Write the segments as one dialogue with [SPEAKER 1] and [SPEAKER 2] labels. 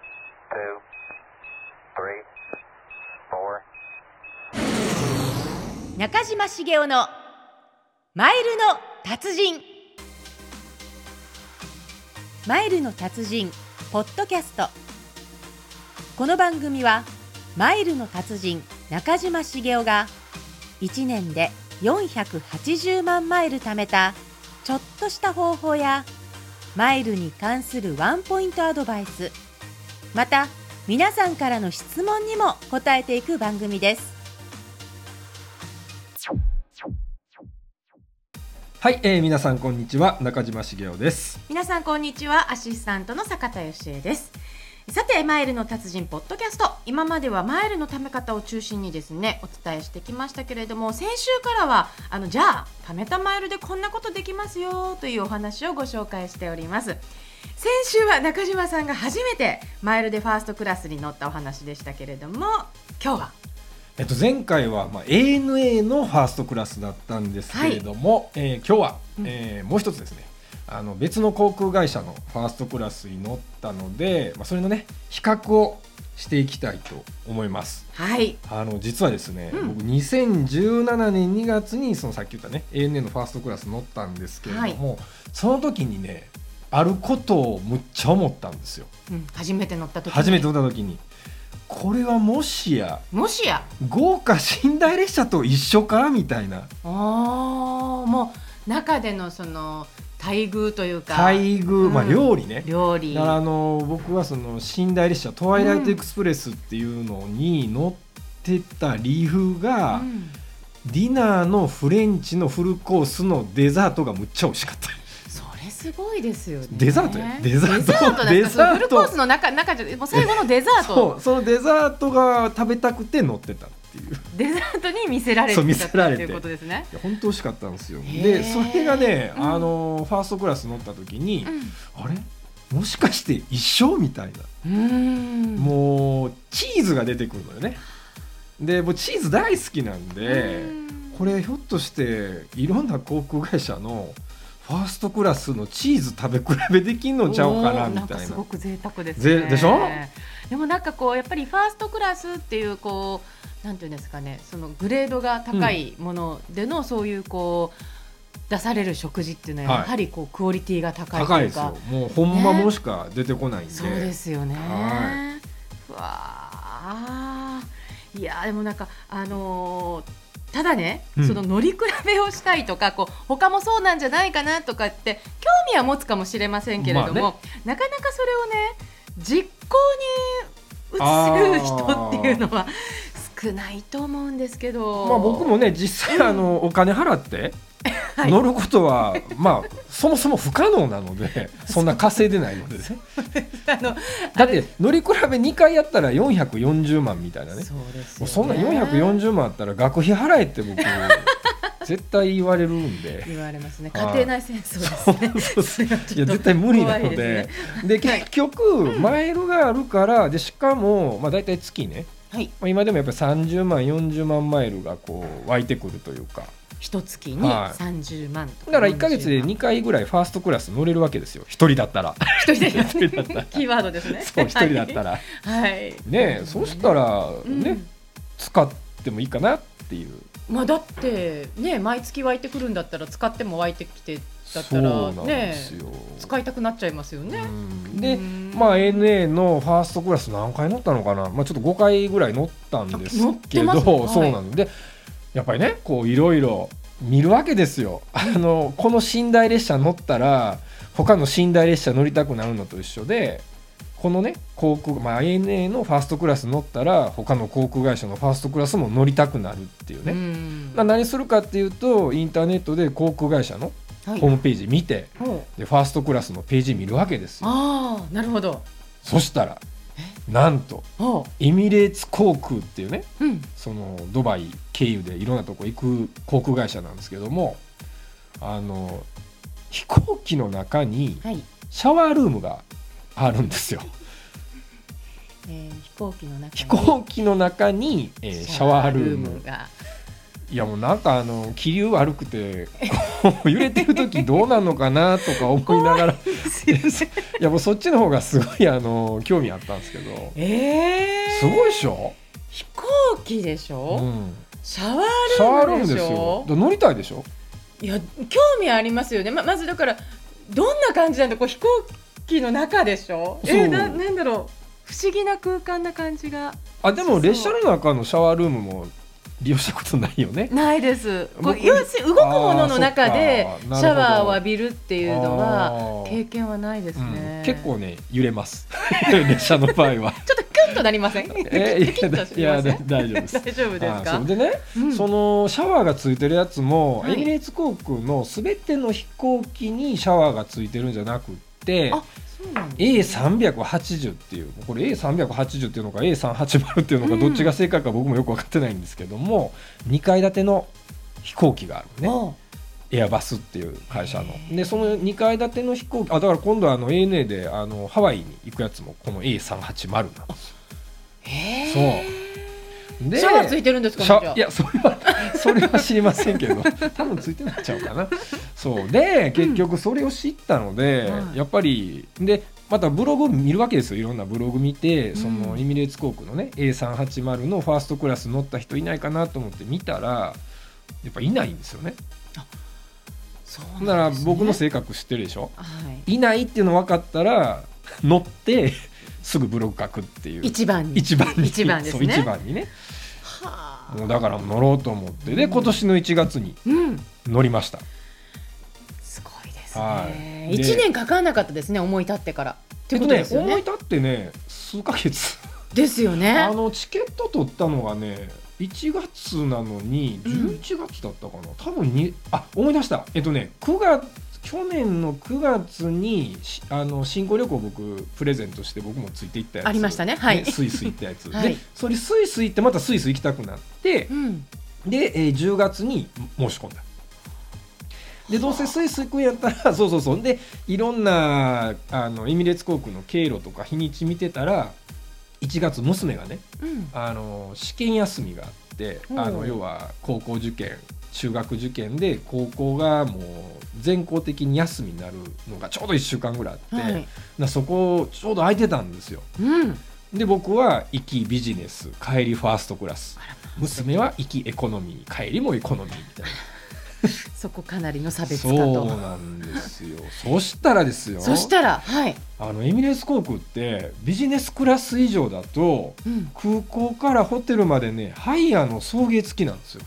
[SPEAKER 1] two, three, four.
[SPEAKER 2] 中島茂雄のマイルの達人マイルの達人ポッドキャストこの番組はマイルの達人中島茂雄が1年で480万マイル貯めたちょっとした方法やマイルに関するワンポイントアドバイスまた皆さんからの質問にも答えていく番組です
[SPEAKER 3] はい、えー、皆さんこんにちは中島茂雄です
[SPEAKER 2] 皆さんこんにちはアシスタントの坂田芳恵ですさてマイルの達人ポッドキャスト今まではマイルの貯め方を中心にですねお伝えしてきましたけれども先週からはあのじゃあ貯めたマイルでこんなことできますよというお話をご紹介しております先週は中島さんが初めてマイルでファーストクラスに乗ったお話でしたけれども今日は
[SPEAKER 3] えっと前回はまあ ANA のファーストクラスだったんですけれども、えー今日は、えーもう一つですねあの別の航空会社のファーストクラスに乗ったので、まあ、それのね比較をしていきたいと思います
[SPEAKER 2] はい
[SPEAKER 3] あの実はですね、
[SPEAKER 2] うん
[SPEAKER 3] 僕2017年2月にそのさっき言ったね ANA のファーストクラス乗ったんですけれども、その時にねあることをむっちゃ思ったんですよ
[SPEAKER 2] うん初めて乗った時に
[SPEAKER 3] 初めて乗った時にこれはもしや
[SPEAKER 2] もしや
[SPEAKER 3] 豪華寝台列車と一緒かみたいな
[SPEAKER 2] あーもう中でのその待遇というか
[SPEAKER 3] 待遇、まあ
[SPEAKER 2] うん
[SPEAKER 3] 料理ね、
[SPEAKER 2] 料理
[SPEAKER 3] だからあの僕はその寝台列車「トワイライトエクスプレス」っていうのに乗ってた理由が、
[SPEAKER 2] うん
[SPEAKER 3] ディナーのフレンチのフルコースのデザートがむっちゃ美味しかった
[SPEAKER 2] それすごいですよね
[SPEAKER 3] デザートやデザー
[SPEAKER 2] デ
[SPEAKER 3] ト
[SPEAKER 2] ザートだ
[SPEAKER 3] デザート
[SPEAKER 2] フルコースの中中じゃもう最後のデザー
[SPEAKER 3] そ
[SPEAKER 2] ト
[SPEAKER 3] うそのデザートが食べたくて乗ってたっていう
[SPEAKER 2] デザートに見せられ
[SPEAKER 3] そう見
[SPEAKER 2] て
[SPEAKER 3] せ
[SPEAKER 2] た
[SPEAKER 3] られ
[SPEAKER 2] と
[SPEAKER 3] て
[SPEAKER 2] いうことですね
[SPEAKER 3] いや本当美味しかったんですよ
[SPEAKER 2] へ
[SPEAKER 3] で
[SPEAKER 2] ー
[SPEAKER 3] それがね、
[SPEAKER 2] うん
[SPEAKER 3] あのファーストクラス乗った時に、
[SPEAKER 2] うん
[SPEAKER 3] あれもしかして一緒みたいな
[SPEAKER 2] うーん
[SPEAKER 3] もうチーズが出てくるのよねでもうチーズ大好きなん
[SPEAKER 2] う
[SPEAKER 3] で
[SPEAKER 2] ん
[SPEAKER 3] これひょっとしていろんな航空会社のファーストクラスのチーズ食べ比べできんのちゃうかなみ
[SPEAKER 2] おー
[SPEAKER 3] た
[SPEAKER 2] んか
[SPEAKER 3] い
[SPEAKER 2] す
[SPEAKER 3] な
[SPEAKER 2] ごく贅沢です
[SPEAKER 3] ぜ
[SPEAKER 2] ね
[SPEAKER 3] でしょ
[SPEAKER 2] でもなんかこうやっぱりファーストクラスっていうこうなんていうんですかねそのグレードが高いものでの、そういうこう出される食事っていうのは
[SPEAKER 3] はい
[SPEAKER 2] やはりこうクオリティが高いとい
[SPEAKER 3] 高いで
[SPEAKER 2] う
[SPEAKER 3] す
[SPEAKER 2] か、
[SPEAKER 3] よもうほんまもしか出てこないんで
[SPEAKER 2] そうですよね。
[SPEAKER 3] は
[SPEAKER 2] うわあ、いやーでもなんかあのーただね、
[SPEAKER 3] うん
[SPEAKER 2] その乗り比べをしたいとかこう他もそうなんじゃないかなとかって興味は持つかもしれませんけれども、
[SPEAKER 3] まあ
[SPEAKER 2] なかなかそれをね実行に移す人っていうのは少ないと思うんですけど、
[SPEAKER 3] まあ僕もね実際あのお金払って
[SPEAKER 2] はい
[SPEAKER 3] 乗ることは、まあそもそも不可能なの でそんな稼いでないのでね
[SPEAKER 2] あの
[SPEAKER 3] だって乗り比べ2回やったら440万みたいなね
[SPEAKER 2] そうですよね
[SPEAKER 3] もうそんな440万あったら学費払えっ て僕絶対言われるんで。
[SPEAKER 2] 言われますね
[SPEAKER 3] はい
[SPEAKER 2] 家庭内戦争です
[SPEAKER 3] そう
[SPEAKER 2] ね。
[SPEAKER 3] そうそう
[SPEAKER 2] れはちょっと
[SPEAKER 3] いや絶対無理なの
[SPEAKER 2] 怖い
[SPEAKER 3] で
[SPEAKER 2] で
[SPEAKER 3] で,、
[SPEAKER 2] はい
[SPEAKER 3] 結局マイルがあるからでしかも、まあ、大体月ね、
[SPEAKER 2] はい
[SPEAKER 3] まあ、今でもやっぱり30万40万マイルがこう湧いてくるというか
[SPEAKER 2] 一月に
[SPEAKER 3] はい
[SPEAKER 2] 30万と
[SPEAKER 3] だから1か月で
[SPEAKER 2] 40万
[SPEAKER 3] 2回ぐらいファーストクラス乗れるわけですよ1人だったら
[SPEAKER 2] 一人で
[SPEAKER 3] 一人だったら
[SPEAKER 2] キーワードですね。
[SPEAKER 3] そう1人だった
[SPEAKER 2] ら。
[SPEAKER 3] ら
[SPEAKER 2] はい。
[SPEAKER 3] ねえそしたら
[SPEAKER 2] うん
[SPEAKER 3] ね、使ってもいいかなっていう
[SPEAKER 2] まあだってね毎月湧いてくるんだったら使っても湧いてきてだった
[SPEAKER 3] そう
[SPEAKER 2] ら
[SPEAKER 3] なんで
[SPEAKER 2] ね
[SPEAKER 3] すよ、
[SPEAKER 2] 使いたくなっちゃいますよね。
[SPEAKER 3] うんで、
[SPEAKER 2] うん
[SPEAKER 3] まあ、ANA のファーストクラス何回乗ったのかな、まあ、ちょっと5回ぐらい乗ったんです
[SPEAKER 2] 乗って
[SPEAKER 3] けど、
[SPEAKER 2] ますねはい
[SPEAKER 3] そうなんでやっぱりねこういろいろ見るわけですよ あのこの寝台列車乗ったら他の寝台列車乗りたくなるのと一緒でこのね航空、まあ、ANA のファーストクラス乗ったら他の航空会社のファーストクラスも乗りたくなるっていう
[SPEAKER 2] う
[SPEAKER 3] ね、
[SPEAKER 2] ん
[SPEAKER 3] まあ何するかっていうとインターネットで航空会社の
[SPEAKER 2] はい
[SPEAKER 3] ホームページ見て、
[SPEAKER 2] おう
[SPEAKER 3] でファーストクラスのページ見るわけですよ
[SPEAKER 2] ああなるほど。
[SPEAKER 3] そしたらなんと
[SPEAKER 2] おう
[SPEAKER 3] エミレーツ航空っていうね
[SPEAKER 2] うん
[SPEAKER 3] そのドバイ経由でいろんなとこ行く航空会社なんですけどもあの飛行機の中に
[SPEAKER 2] はい。
[SPEAKER 3] シャワールームがあるんですよ
[SPEAKER 2] えー飛行機の中に
[SPEAKER 3] 飛行機の中に、えーシャワールーム
[SPEAKER 2] が
[SPEAKER 3] いやもうなんかあの気流悪くてこう揺れてる時どうなのかなとか思いながらいやもうそっちの方がすごいあの興味あったんですけど
[SPEAKER 2] えー、
[SPEAKER 3] すごいでしょ、
[SPEAKER 2] 飛行機でし
[SPEAKER 3] う
[SPEAKER 2] ょ、
[SPEAKER 3] ん、
[SPEAKER 2] シャワ
[SPEAKER 3] シャワー
[SPEAKER 2] ー
[SPEAKER 3] ル
[SPEAKER 2] ルー
[SPEAKER 3] ーム
[SPEAKER 2] ム
[SPEAKER 3] で
[SPEAKER 2] ですし
[SPEAKER 3] よ
[SPEAKER 2] ょ
[SPEAKER 3] だ乗りたいでしょ
[SPEAKER 2] いや興味ありますよねままずだからどんな感じなんだこう飛行機の中でしょ
[SPEAKER 3] そ
[SPEAKER 2] え
[SPEAKER 3] う
[SPEAKER 2] ななんだろう不思議な空間な感じが
[SPEAKER 3] あでも列車の中のシャワールームも利用したことないよね
[SPEAKER 2] ないですこう
[SPEAKER 3] 僕
[SPEAKER 2] 要するに動くものの中で
[SPEAKER 3] あーそっ
[SPEAKER 2] シ
[SPEAKER 3] かなるほど
[SPEAKER 2] ャワーを浴びるっていうのは
[SPEAKER 3] あー
[SPEAKER 2] 経験はないです
[SPEAKER 3] う
[SPEAKER 2] ね
[SPEAKER 3] ん、結構ね揺れます列車の場合は
[SPEAKER 2] ちょっとキュンとなりません
[SPEAKER 3] え
[SPEAKER 2] キュンとし
[SPEAKER 3] いや
[SPEAKER 2] ませ
[SPEAKER 3] だ
[SPEAKER 2] ん
[SPEAKER 3] 大丈夫です
[SPEAKER 2] 大丈夫です
[SPEAKER 3] あ
[SPEAKER 2] か
[SPEAKER 3] そうでね、
[SPEAKER 2] うん
[SPEAKER 3] そのシャワーがついてるやつも、
[SPEAKER 2] はい
[SPEAKER 3] エミレーツ航空のすべての飛行機にシャワーがついてるんじゃなくって
[SPEAKER 2] あそうなんですね
[SPEAKER 3] A380 っていうこれ A380 っていうのか A380 っていうのか
[SPEAKER 2] うん
[SPEAKER 3] どっちが正解か僕もよく分かってないんですけども、2階建ての飛行機があるね
[SPEAKER 2] おう
[SPEAKER 3] エアバスっていう会社のでその2階建ての飛行機あだから今度はあの ANA であのハワイに行くやつもこの A380 なんです
[SPEAKER 2] へー
[SPEAKER 3] そうで
[SPEAKER 2] シャワーついてるんですか
[SPEAKER 3] シャ
[SPEAKER 2] じゃあ
[SPEAKER 3] いやそれは それは知りませんけど 多分ついてなっちゃうかなそうで結局それを知ったので、
[SPEAKER 2] はい
[SPEAKER 3] やっぱりでまたブログ見るわけですよいろんなブログ見てその
[SPEAKER 2] うん
[SPEAKER 3] エミレーツ航空のね A380 のファーストクラス乗った人いないかなと思って見たらやっぱいないんですよね
[SPEAKER 2] そう
[SPEAKER 3] だか
[SPEAKER 2] な
[SPEAKER 3] ら
[SPEAKER 2] んですね
[SPEAKER 3] 僕の性格知ってるでしょ
[SPEAKER 2] はい
[SPEAKER 3] いないっていうの分かったら乗ってすぐブログ書くっていう
[SPEAKER 2] 一番に
[SPEAKER 3] 一番に
[SPEAKER 2] 一番です
[SPEAKER 3] そう
[SPEAKER 2] ね
[SPEAKER 3] 一番にね
[SPEAKER 2] はあ
[SPEAKER 3] もうだから乗ろうと思ってで
[SPEAKER 2] うん
[SPEAKER 3] 今年の1月に
[SPEAKER 2] うん
[SPEAKER 3] 乗りました
[SPEAKER 2] すごいです
[SPEAKER 3] は
[SPEAKER 2] ね
[SPEAKER 3] い
[SPEAKER 2] 一、
[SPEAKER 3] で
[SPEAKER 2] 年かかんなかったですね思い立ってからって
[SPEAKER 3] えっ
[SPEAKER 2] ことと
[SPEAKER 3] ね
[SPEAKER 2] ですよ
[SPEAKER 3] 思い
[SPEAKER 2] ね
[SPEAKER 3] 立ってね数ヶ 月
[SPEAKER 2] ですよね
[SPEAKER 3] あのチケット取ったのがね1月なのに
[SPEAKER 2] うん
[SPEAKER 3] 11月だったかな、多分にあ思い出したえっとね9月去年の9月にしあの新婚旅行僕プレゼントして僕もついていったやつ
[SPEAKER 2] ありましたねはい
[SPEAKER 3] スイスイったや つ、
[SPEAKER 2] はい
[SPEAKER 3] でそれスイスイってまたスイス行きたくなって、
[SPEAKER 2] うん
[SPEAKER 3] で、えー10月に申し込んだ。でどうせスイス行くんやったら そうそうそうでいろんなあのエミレーツ航空の経路とか日にち見てたら1月娘がね
[SPEAKER 2] うん
[SPEAKER 3] あの試験休みがあって
[SPEAKER 2] うん
[SPEAKER 3] あの要は高校受験中学受験で高校がもう全校的に休みになるのがちょうど1週間ぐらいあって、
[SPEAKER 2] はい
[SPEAKER 3] なそこちょうど空いてたんですよ。
[SPEAKER 2] うん
[SPEAKER 3] で僕は行きビジネス帰りファーストクラス
[SPEAKER 2] あら
[SPEAKER 3] 娘は行きエコノミー帰りもエコノミーみたいな
[SPEAKER 2] そこかなりの差別化
[SPEAKER 3] そう
[SPEAKER 2] と
[SPEAKER 3] なんです よそしたらですよ
[SPEAKER 2] そしたらはい
[SPEAKER 3] あのエミレーツ航空ってビジネスクラス以上だと
[SPEAKER 2] うん
[SPEAKER 3] 空港からホテルまでねハイヤーの送迎付きなんですよ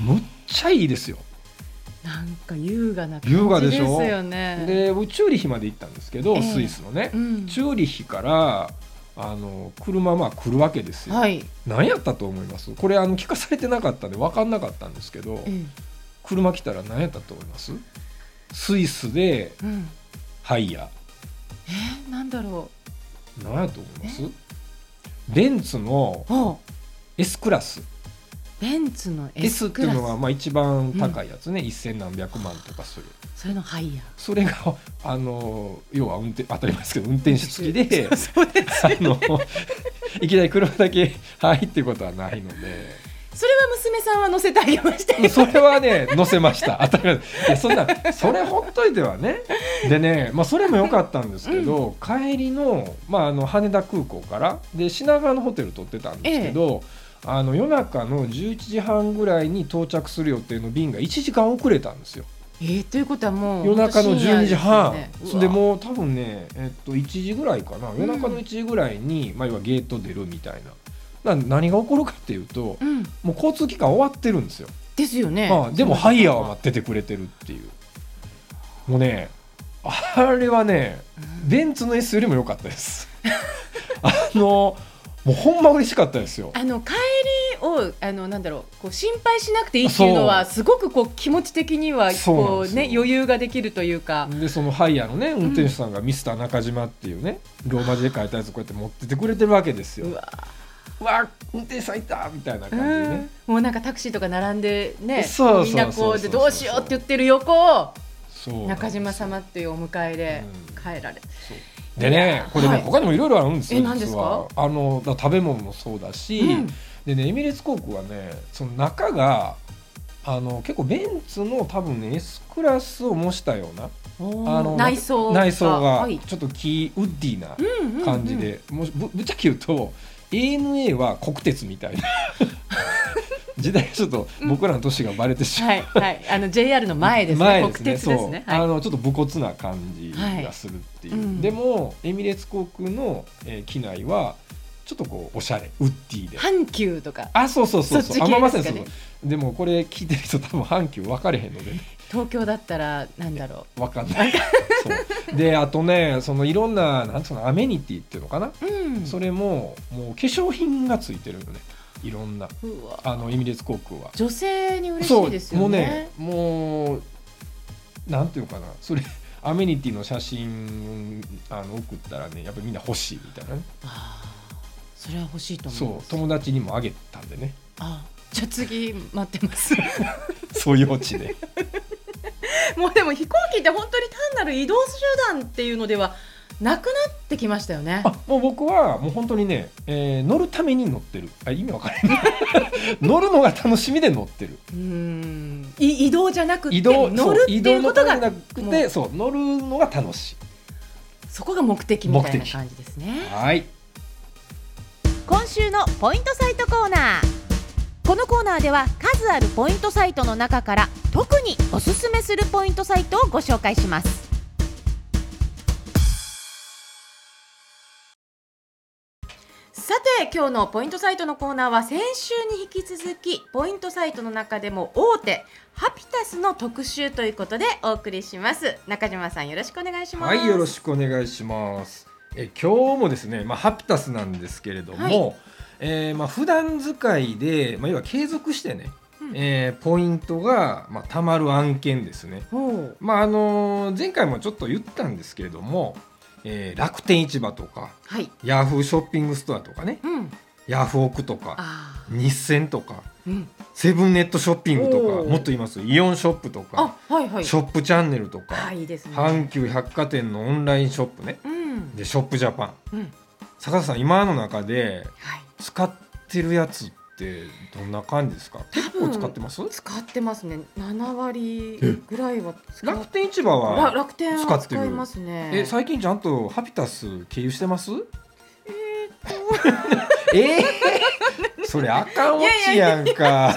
[SPEAKER 3] むっちゃいいですよ
[SPEAKER 2] なんか優雅な感
[SPEAKER 3] 優雅
[SPEAKER 2] じ
[SPEAKER 3] で
[SPEAKER 2] で
[SPEAKER 3] し
[SPEAKER 2] す
[SPEAKER 3] ょ
[SPEAKER 2] よね
[SPEAKER 3] で僕チューリッヒまで行ったんですけど、
[SPEAKER 2] ええ
[SPEAKER 3] スイスのね、
[SPEAKER 2] うん
[SPEAKER 3] チューリッヒからあの車まあ来るわけですよ、
[SPEAKER 2] はい
[SPEAKER 3] 何やったと思いますこれあの聞かされてなかったんで分かんなかったんですけど
[SPEAKER 2] うん
[SPEAKER 3] 車来たら何やったと思いますスイスで
[SPEAKER 2] うん
[SPEAKER 3] ハイヤ
[SPEAKER 2] えなんだろ
[SPEAKER 3] ー何やと思いますベンツの
[SPEAKER 2] うお
[SPEAKER 3] S クラス
[SPEAKER 2] ベンツの
[SPEAKER 3] S,
[SPEAKER 2] S
[SPEAKER 3] って
[SPEAKER 2] ク
[SPEAKER 3] いう
[SPEAKER 2] ラス
[SPEAKER 3] のはまあ一番高いやつね、1000何百万とかする
[SPEAKER 2] それのハイヤー
[SPEAKER 3] それがあの要は運転当たり前ですけど運転手付きで
[SPEAKER 2] そうです
[SPEAKER 3] あの いきなり車だけ「はい」っていうことはないので。
[SPEAKER 2] それは娘さんは乗せてあげました
[SPEAKER 3] それはね載せま した当たり前いやそんなそれほっといてはねでね、まあ、それも良かったんですけど、帰りの,、まああの羽田空港からで品川のホテル取ってたんですけど、あの夜中の11時半ぐらいに到着する予定の便が1時間遅れたんですよ
[SPEAKER 2] えー、ということはもう
[SPEAKER 3] 夜中の
[SPEAKER 2] 本当深夜
[SPEAKER 3] 12時半で,、
[SPEAKER 2] すよねうわ
[SPEAKER 3] もう多分ね、えっと、1時ぐらいかな夜中の1時ぐらいに、まあ、要はゲート出るみたいなな何が起こるかっていうと
[SPEAKER 2] うん
[SPEAKER 3] もう交通機関終わってるんですよ
[SPEAKER 2] ですよね、
[SPEAKER 3] あ、でもハイヤーは待っててくれてるっていうもうねあれはねベンツの S よりも良かったです あのもうほんま嬉しかったですよ
[SPEAKER 2] あの帰りをあのなんだろうこう心配しなくていいっていうのはすごくこう気持ち的には
[SPEAKER 3] そうなん
[SPEAKER 2] こう
[SPEAKER 3] ですよ
[SPEAKER 2] ね余裕ができるというか
[SPEAKER 3] でそのハイヤーのね運転手さんがミスター中島っていうねローマ字で書いたやつこうやって持っててくれてるわけですよ
[SPEAKER 2] うわ
[SPEAKER 3] うわ運転手さんいたみたいな
[SPEAKER 2] う
[SPEAKER 3] 感じでね
[SPEAKER 2] んもうなんかタクシーとか並んでね
[SPEAKER 3] そうそうそうそう
[SPEAKER 2] みんなこうでどうしようって言ってる横を
[SPEAKER 3] そうなんですよ
[SPEAKER 2] 中島様っていうお迎えで
[SPEAKER 3] うん
[SPEAKER 2] 帰られ、
[SPEAKER 3] そうでねこれね、
[SPEAKER 2] はい
[SPEAKER 3] 他にもいろいろあるんですよ
[SPEAKER 2] え何ですか
[SPEAKER 3] 実はあのだから食べ物もそうだし、
[SPEAKER 2] うん
[SPEAKER 3] でねエミレーツ航空はねその中があの結構ベンツの多分ね S クラスを模したようなあの
[SPEAKER 2] 内装
[SPEAKER 3] 内装が
[SPEAKER 2] はい
[SPEAKER 3] ちょっとキーウッディな
[SPEAKER 2] うんうんうん
[SPEAKER 3] 感じで、もしぶぶっちゃけ言うと ANA は国鉄みたいな 時代がちょっと僕らの年がバレてしまう、
[SPEAKER 2] はいはいあの JR の前ですね国鉄ですね
[SPEAKER 3] そう
[SPEAKER 2] はい
[SPEAKER 3] あのちょっと武骨な感じがするっていう、
[SPEAKER 2] はいうん
[SPEAKER 3] でもエミレーツ航空の、えー機内はちょっとこうおしゃれウッディで、
[SPEAKER 2] 阪急とか
[SPEAKER 3] あそうそうそう
[SPEAKER 2] そ
[SPEAKER 3] そ
[SPEAKER 2] っ
[SPEAKER 3] う
[SPEAKER 2] ち系
[SPEAKER 3] あまあまさ
[SPEAKER 2] です
[SPEAKER 3] に
[SPEAKER 2] か
[SPEAKER 3] そう
[SPEAKER 2] ね
[SPEAKER 3] そうでもこれ聞いてる人多分阪急分かれへんのでね
[SPEAKER 2] 東京だったらなんだろ
[SPEAKER 3] 分かんないそうであとねそのいろんななんつうのアメニティっていうのかな、
[SPEAKER 2] う、うん、
[SPEAKER 3] それももう化粧品がついてるよねいろんな
[SPEAKER 2] うわ
[SPEAKER 3] あのエミレーツ航空は
[SPEAKER 2] 女性に嬉しいですよね
[SPEAKER 3] そうもうねもうなんていうかなそれアメニティの写真あの送ったらねやっぱりみんな欲しいみたいなね、
[SPEAKER 2] あーそれは欲しいと思い
[SPEAKER 3] そ
[SPEAKER 2] ま
[SPEAKER 3] う
[SPEAKER 2] す
[SPEAKER 3] 友達にもあげたんでね
[SPEAKER 2] あじゃあ次待ってます
[SPEAKER 3] そういうオチで
[SPEAKER 2] もうでも飛行機って本当に単なる移動手段っていうのではなくなってきましたよね
[SPEAKER 3] あもう僕はもう本当にね、えー乗るために乗ってるあ意味わかんない 乗るのが楽しみで乗ってる
[SPEAKER 2] うーんい移動じゃなくて
[SPEAKER 3] 移動
[SPEAKER 2] 乗るっていうことが
[SPEAKER 3] そう移動のためじゃなく
[SPEAKER 2] も
[SPEAKER 3] て
[SPEAKER 2] う
[SPEAKER 3] そう乗るのが楽し
[SPEAKER 2] そこが目的みたい
[SPEAKER 3] 目
[SPEAKER 2] な
[SPEAKER 3] 的
[SPEAKER 2] 感じです
[SPEAKER 3] い
[SPEAKER 2] ね
[SPEAKER 3] はい
[SPEAKER 4] 今週のポイントサイトコーナーこのコーナーでは数あるポイントサイトの中から特におすすめするポイントサイトをご紹介します
[SPEAKER 2] さて今日のポイントサイトのコーナーは先週に引き続きポイントサイトの中でも大手ハピタスの特集ということでお送りします中島さんよろしくお願いします
[SPEAKER 3] はい、よろしくお願いします。え今日もですね、まあ、ハピタスなんですけれども、
[SPEAKER 2] はい
[SPEAKER 3] えーまあ、普段使いで、まあ、要は継続してね、
[SPEAKER 2] うん
[SPEAKER 3] えーポイントが、まあ、たまる案件ですね。
[SPEAKER 2] ほう
[SPEAKER 3] まああのー前回もちょっと言ったんですけれども、えー楽天市場とか
[SPEAKER 2] はい
[SPEAKER 3] ヤフーショッピングストアとかね
[SPEAKER 2] うん
[SPEAKER 3] ヤフオクとか
[SPEAKER 2] あー
[SPEAKER 3] 日銭とか
[SPEAKER 2] うん
[SPEAKER 3] セブンネットショッピングとか
[SPEAKER 2] おー
[SPEAKER 3] もっと言いますイオンショップとか
[SPEAKER 2] あはいはい
[SPEAKER 3] ショップチャンネルとか、
[SPEAKER 2] はいいいですね
[SPEAKER 3] 阪急百貨店のオンラインショップね
[SPEAKER 2] うん
[SPEAKER 3] でショップジャパ
[SPEAKER 2] う
[SPEAKER 3] ン
[SPEAKER 2] ん
[SPEAKER 3] 坂田さん今の中で
[SPEAKER 2] はい
[SPEAKER 3] 使ってるやつってどんな感じですか結構使ってます
[SPEAKER 2] 使ってますね7割ぐらいは使っ
[SPEAKER 3] 楽天市場
[SPEAKER 2] ら
[SPEAKER 3] は
[SPEAKER 2] 楽天
[SPEAKER 3] 使
[SPEAKER 2] は
[SPEAKER 3] ってる
[SPEAKER 2] 使いますね
[SPEAKER 3] え最近ちゃんとハピタス経由してますええそれあかんオチやんか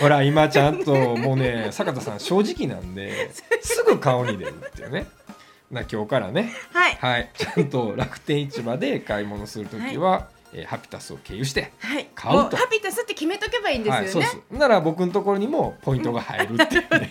[SPEAKER 3] ほら今ちゃんともうね坂田さん正直なんですぐ顔に出るっていうねな今日からね
[SPEAKER 2] はい
[SPEAKER 3] はい、ちゃんと楽天市場で買い物するときは、えーハピタスを経由して、
[SPEAKER 2] はい
[SPEAKER 3] 買うと
[SPEAKER 2] もハピタスって決めとけばいいんですよ
[SPEAKER 3] はい、
[SPEAKER 2] ね、
[SPEAKER 3] そうです。なら僕のところにもポイントが入るっていうね。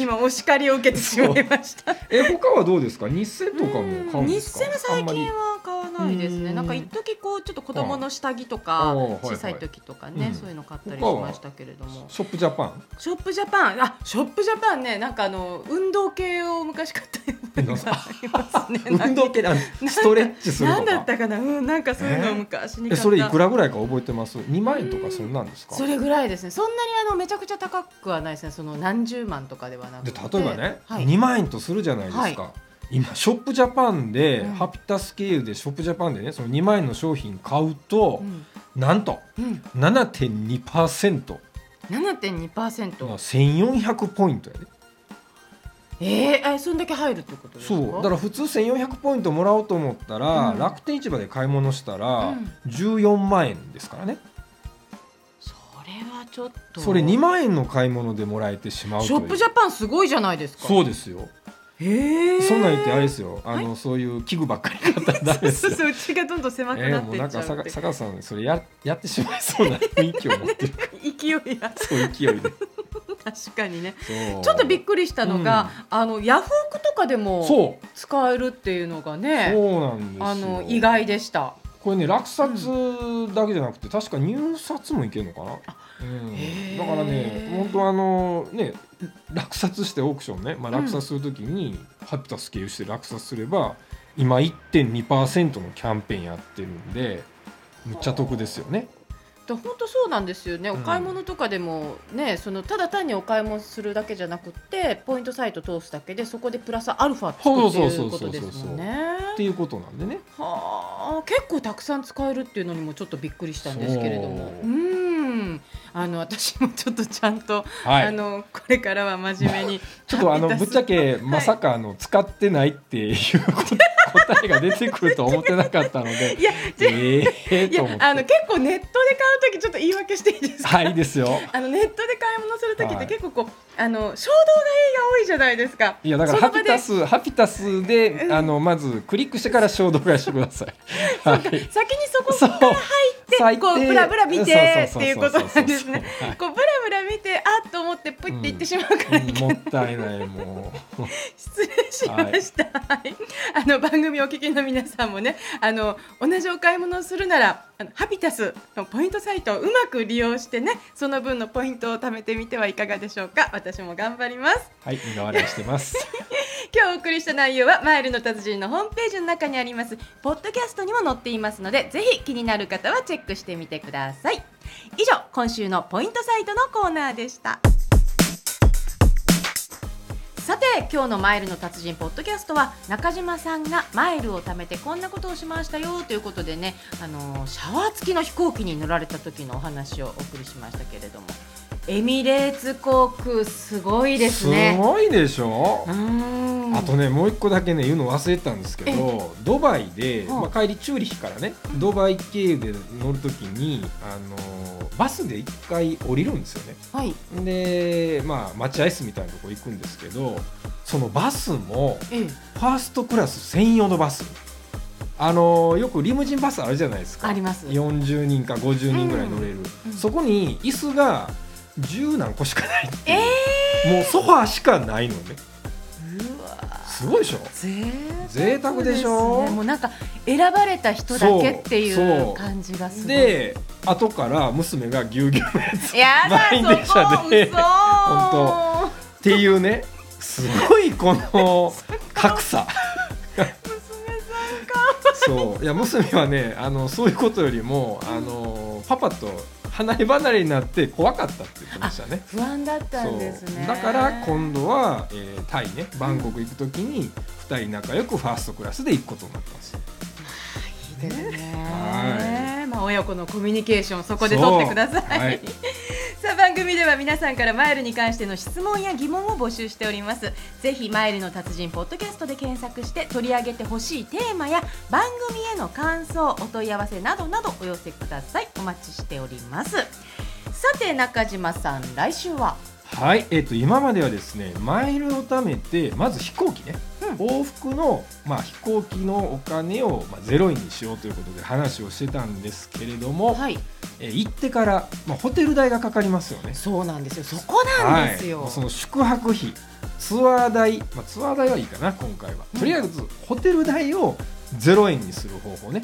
[SPEAKER 2] 今お叱りを受けてしまいま した
[SPEAKER 3] え他はどうですか？日銭とかも買うんで
[SPEAKER 2] 日
[SPEAKER 3] すか？
[SPEAKER 2] 銭は
[SPEAKER 3] あ
[SPEAKER 2] 最
[SPEAKER 3] んまり
[SPEAKER 2] 近は買わないです
[SPEAKER 3] う
[SPEAKER 2] ね
[SPEAKER 3] ん
[SPEAKER 2] なんか一時こうちょっと子供の下着とか
[SPEAKER 3] あーはい
[SPEAKER 2] 小さい時とかね、
[SPEAKER 3] うん
[SPEAKER 2] そういうの買ったりしましたけれども
[SPEAKER 3] ショップジャパン
[SPEAKER 2] ショップジャパンあショップジャパンねなんかあの運動系を昔買ったようなのがありますね
[SPEAKER 3] 運動系な ん
[SPEAKER 2] なんか
[SPEAKER 3] ストレッチする
[SPEAKER 2] な
[SPEAKER 3] と
[SPEAKER 2] んだっ
[SPEAKER 3] か。
[SPEAKER 2] たかな、うん、なんかそういうのを昔に買った、
[SPEAKER 3] えそれいくらぐらいか覚えてます？二万円とかそんなんですか？
[SPEAKER 2] それぐらいですねそんなにあのめちゃくちゃ高くはないですねその何十万とかではなく
[SPEAKER 3] で
[SPEAKER 2] て
[SPEAKER 3] 例えばね、
[SPEAKER 2] はい
[SPEAKER 3] 二万円とするじゃないですか。
[SPEAKER 2] は
[SPEAKER 3] 今ショップジャパンで、
[SPEAKER 2] うん
[SPEAKER 3] ハピタス経由でショップジャパンでねその2万円の商品買うと
[SPEAKER 2] う、ん
[SPEAKER 3] なんと
[SPEAKER 2] うん、
[SPEAKER 3] 7.2%、まあ、
[SPEAKER 2] 7.2%、
[SPEAKER 3] 1400ポイントやで
[SPEAKER 2] えー、えそんだけ入るってことですか
[SPEAKER 3] そうだから普通1400ポイントもらおうと思ったら、
[SPEAKER 2] うん
[SPEAKER 3] 楽天市場で買い物したら、
[SPEAKER 2] うん
[SPEAKER 3] 14万円ですからね
[SPEAKER 2] それはちょっと
[SPEAKER 3] それ2万円の買い物でもらえてしまうという
[SPEAKER 2] ショップジャパンすごいじゃないですか
[SPEAKER 3] そうですよ、
[SPEAKER 2] へえ
[SPEAKER 3] そんなん言ってあれですよあの、そういう器具ばっかり買ったらダメです
[SPEAKER 2] そう
[SPEAKER 3] よ
[SPEAKER 2] そううちがどんどん狭く
[SPEAKER 3] え
[SPEAKER 2] な
[SPEAKER 3] ー、
[SPEAKER 2] っ
[SPEAKER 3] も
[SPEAKER 2] て
[SPEAKER 3] う
[SPEAKER 2] い
[SPEAKER 3] な
[SPEAKER 2] っ
[SPEAKER 3] ん
[SPEAKER 2] ちゃ
[SPEAKER 3] か
[SPEAKER 2] うって、
[SPEAKER 3] 坂坂さんそれややってしまいそうな雰囲気を持ってる
[SPEAKER 2] 勢いが
[SPEAKER 3] そう勢いで
[SPEAKER 2] 確かにね
[SPEAKER 3] そう
[SPEAKER 2] ちょっとびっくりしたのが、あのヤフオクとかでも
[SPEAKER 3] そう
[SPEAKER 2] 使えるっていうのがね
[SPEAKER 3] そうなんですよ
[SPEAKER 2] あの意外でした
[SPEAKER 3] これね落札だけじゃなくて、確か入札もいけるのかな、うん
[SPEAKER 2] へー
[SPEAKER 3] だからね本当あのね落札してオークションね、まあ、
[SPEAKER 2] うん
[SPEAKER 3] 落札するときに、ハピタス経由して落札すれば今1.2%のキャンペーンやってるんでむっちゃ得ですよね
[SPEAKER 2] で本当そうなんですよね、
[SPEAKER 3] ん
[SPEAKER 2] お買い物とかでも、ね、そのただ単にお買い物するだけじゃなくってポイントサイト通すだけでそこでプラスアルファつくっていうことですもんね。
[SPEAKER 3] っていうことなんでね
[SPEAKER 2] はあ結構たくさん使えるっていうのにもちょっとびっくりしたんですけれどもう
[SPEAKER 3] そうん
[SPEAKER 2] あの私もちょっとちゃんと、
[SPEAKER 3] はい
[SPEAKER 2] あのこれからは真面目に
[SPEAKER 3] ちょっとあの
[SPEAKER 2] ハピ
[SPEAKER 3] ぶ
[SPEAKER 2] タ
[SPEAKER 3] っ
[SPEAKER 2] ス
[SPEAKER 3] ちゃけまさかあの使ってないっていうこと答えが出てくると思ってなかったので
[SPEAKER 2] いやぜ
[SPEAKER 3] ええ
[SPEAKER 2] い
[SPEAKER 3] と
[SPEAKER 2] や
[SPEAKER 3] 思っ
[SPEAKER 2] あの
[SPEAKER 3] て
[SPEAKER 2] 結構ネットで買うときちょっと言い訳していいですか、
[SPEAKER 3] はいいいですよ
[SPEAKER 2] あのネットで買い物するときっ
[SPEAKER 3] は
[SPEAKER 2] て
[SPEAKER 3] い
[SPEAKER 2] 結構こう、あの衝動買いが多いじゃないですか。
[SPEAKER 3] いやだから
[SPEAKER 2] そ
[SPEAKER 3] ハ
[SPEAKER 2] の場
[SPEAKER 3] ピ
[SPEAKER 2] で
[SPEAKER 3] タスハピタスであのまずクリックしてから衝動買いしてください。はい
[SPEAKER 2] 先にそこ
[SPEAKER 3] そう
[SPEAKER 2] から入ってこうブラブラ見てっていうことなんですね。こうブラブラ見てあっと思ってプイって言ってしまうから、
[SPEAKER 3] うんもったいないもう。
[SPEAKER 2] 失礼しました。はい、あの番組お聞きの皆さんもね、あの同じお買い物をするなら、あのハピタスのポイントサイトをうまく利用してね、その分のポイントを貯めてみてはいかがでしょうか。私も頑張ります。
[SPEAKER 3] はい身代わりしてます。
[SPEAKER 2] 今日お送りした内容はマイルの達人のホームページの中にありますポッドキャストにも載っていますので、ぜひ気になる方はチェックしてみてください。以上、今週のポイントサイトのコーナーでした。さて今日の「マイルの達人」ポッドキャストは中島さんがマイルを貯めてこんなことをしましたよということでねあのーシャワー付きの飛行機に乗られた時のお話をお送りしましたけれどもエミレーツ航空すごいですね。
[SPEAKER 3] ごいでしょ
[SPEAKER 2] う。ーん
[SPEAKER 3] あとねもう一個だけね言うの忘れてたんですけどドバイで、
[SPEAKER 2] うん
[SPEAKER 3] まあ、帰りチューリヒからねドバイ経由で乗るときにあのバスで一回降りるんですよね
[SPEAKER 2] はい
[SPEAKER 3] でまあ待合室みたいなとこ行くんですけどそのバスも
[SPEAKER 2] ええ
[SPEAKER 3] ファーストクラス専用のバスあのよくリムジンバスあるじゃないですか
[SPEAKER 2] あります。
[SPEAKER 3] 40人か50人ぐらい乗れる、
[SPEAKER 2] うん
[SPEAKER 3] そこに椅子が10何個しかないっていうもうソファーしかないのね
[SPEAKER 2] うわ
[SPEAKER 3] すごいでしょ
[SPEAKER 2] 贅
[SPEAKER 3] 贅
[SPEAKER 2] 沢
[SPEAKER 3] 沢
[SPEAKER 2] で
[SPEAKER 3] で
[SPEAKER 2] し
[SPEAKER 3] し
[SPEAKER 2] ょ
[SPEAKER 3] ょ
[SPEAKER 2] もうなんか選ばれた人だけってい
[SPEAKER 3] そう
[SPEAKER 2] う
[SPEAKER 3] そう
[SPEAKER 2] 感じがすごい。
[SPEAKER 3] で後から娘がぎゅうぎゅうのやつ
[SPEAKER 2] やだ
[SPEAKER 3] 満員電車で
[SPEAKER 2] そこ嘘
[SPEAKER 3] 本っていうねすごいこの格差
[SPEAKER 2] 娘さん
[SPEAKER 3] そういや娘はねあのそういうことよりもあのパパと離れ離れになって怖かったって言ってましたね。
[SPEAKER 2] 不安だったんですね
[SPEAKER 3] そうだから今度は、えータイねバンコク行く時に2人仲良くファーストクラスで行くことになったんですよ
[SPEAKER 2] いいですね
[SPEAKER 3] は
[SPEAKER 2] まあ親子のコミュニケーションそこで取ってください、
[SPEAKER 3] そうはい
[SPEAKER 2] さあ番組では皆さんからマイルに関しての質問や疑問を募集しておりますぜひマイルの達人ポッドキャストで検索して取り上げてほしいテーマや番組への感想お問い合わせなどなどお寄せくださいお待ちしておりますさて中島さん来週は
[SPEAKER 3] はい、えー、と今まではですねマイルを貯めてまず飛行機ね、往復の、まあ、飛行機のお金を、まあ、ゼロ円にしようということで話をしてたんですけれども、
[SPEAKER 2] はい
[SPEAKER 3] えー行ってから、まあ、ホテル代がかかりますよね。
[SPEAKER 2] そうなんですよそこなんですよ、
[SPEAKER 3] はいもうその宿泊費ツアー代、まあ、ツアー代はいいかな今回は、
[SPEAKER 2] うん
[SPEAKER 3] とりあえずホテル代をゼロ円にする方法ね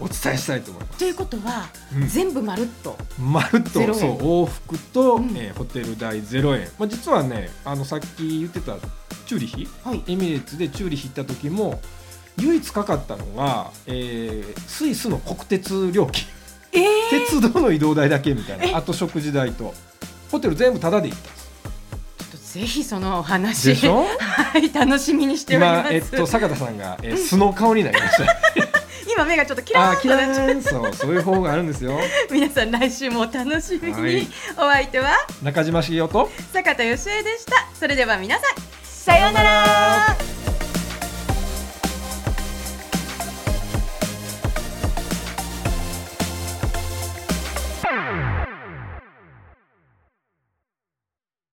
[SPEAKER 3] お伝えしたいと思います。
[SPEAKER 2] ということは、
[SPEAKER 3] うん
[SPEAKER 2] 全部まるっと
[SPEAKER 3] まるっと
[SPEAKER 2] ゼロ円
[SPEAKER 3] そう往復と、
[SPEAKER 2] うん
[SPEAKER 3] えーホテル代0円、まあ、実はねあのさっき言ってたチューリヒ
[SPEAKER 2] はい
[SPEAKER 3] エミレーツでチューリヒ行った時も唯一かかったのが、えースイスの国鉄料金
[SPEAKER 2] ええ
[SPEAKER 3] 鉄道の移動代だけみたい
[SPEAKER 2] え
[SPEAKER 3] なあと食事代とホテル全部タダで行ったんです
[SPEAKER 2] ちょっとぜひそのお話
[SPEAKER 3] でしょ
[SPEAKER 2] はい楽しみにしております、
[SPEAKER 3] 今、えっと、坂田さんが、えー素の顔になりました
[SPEAKER 2] 今目がちょっとキ
[SPEAKER 3] あ
[SPEAKER 2] ラー
[SPEAKER 3] ー
[SPEAKER 2] ン
[SPEAKER 3] キ
[SPEAKER 2] と
[SPEAKER 3] ラ
[SPEAKER 2] なっちゃう
[SPEAKER 3] ーンそうそういう方があるんですよ
[SPEAKER 2] 皆さん来週もお楽しみに、
[SPEAKER 3] はい
[SPEAKER 2] お相手は
[SPEAKER 3] 中島茂雄と
[SPEAKER 2] 坂田芳恵でしたそれでは皆さんさようなら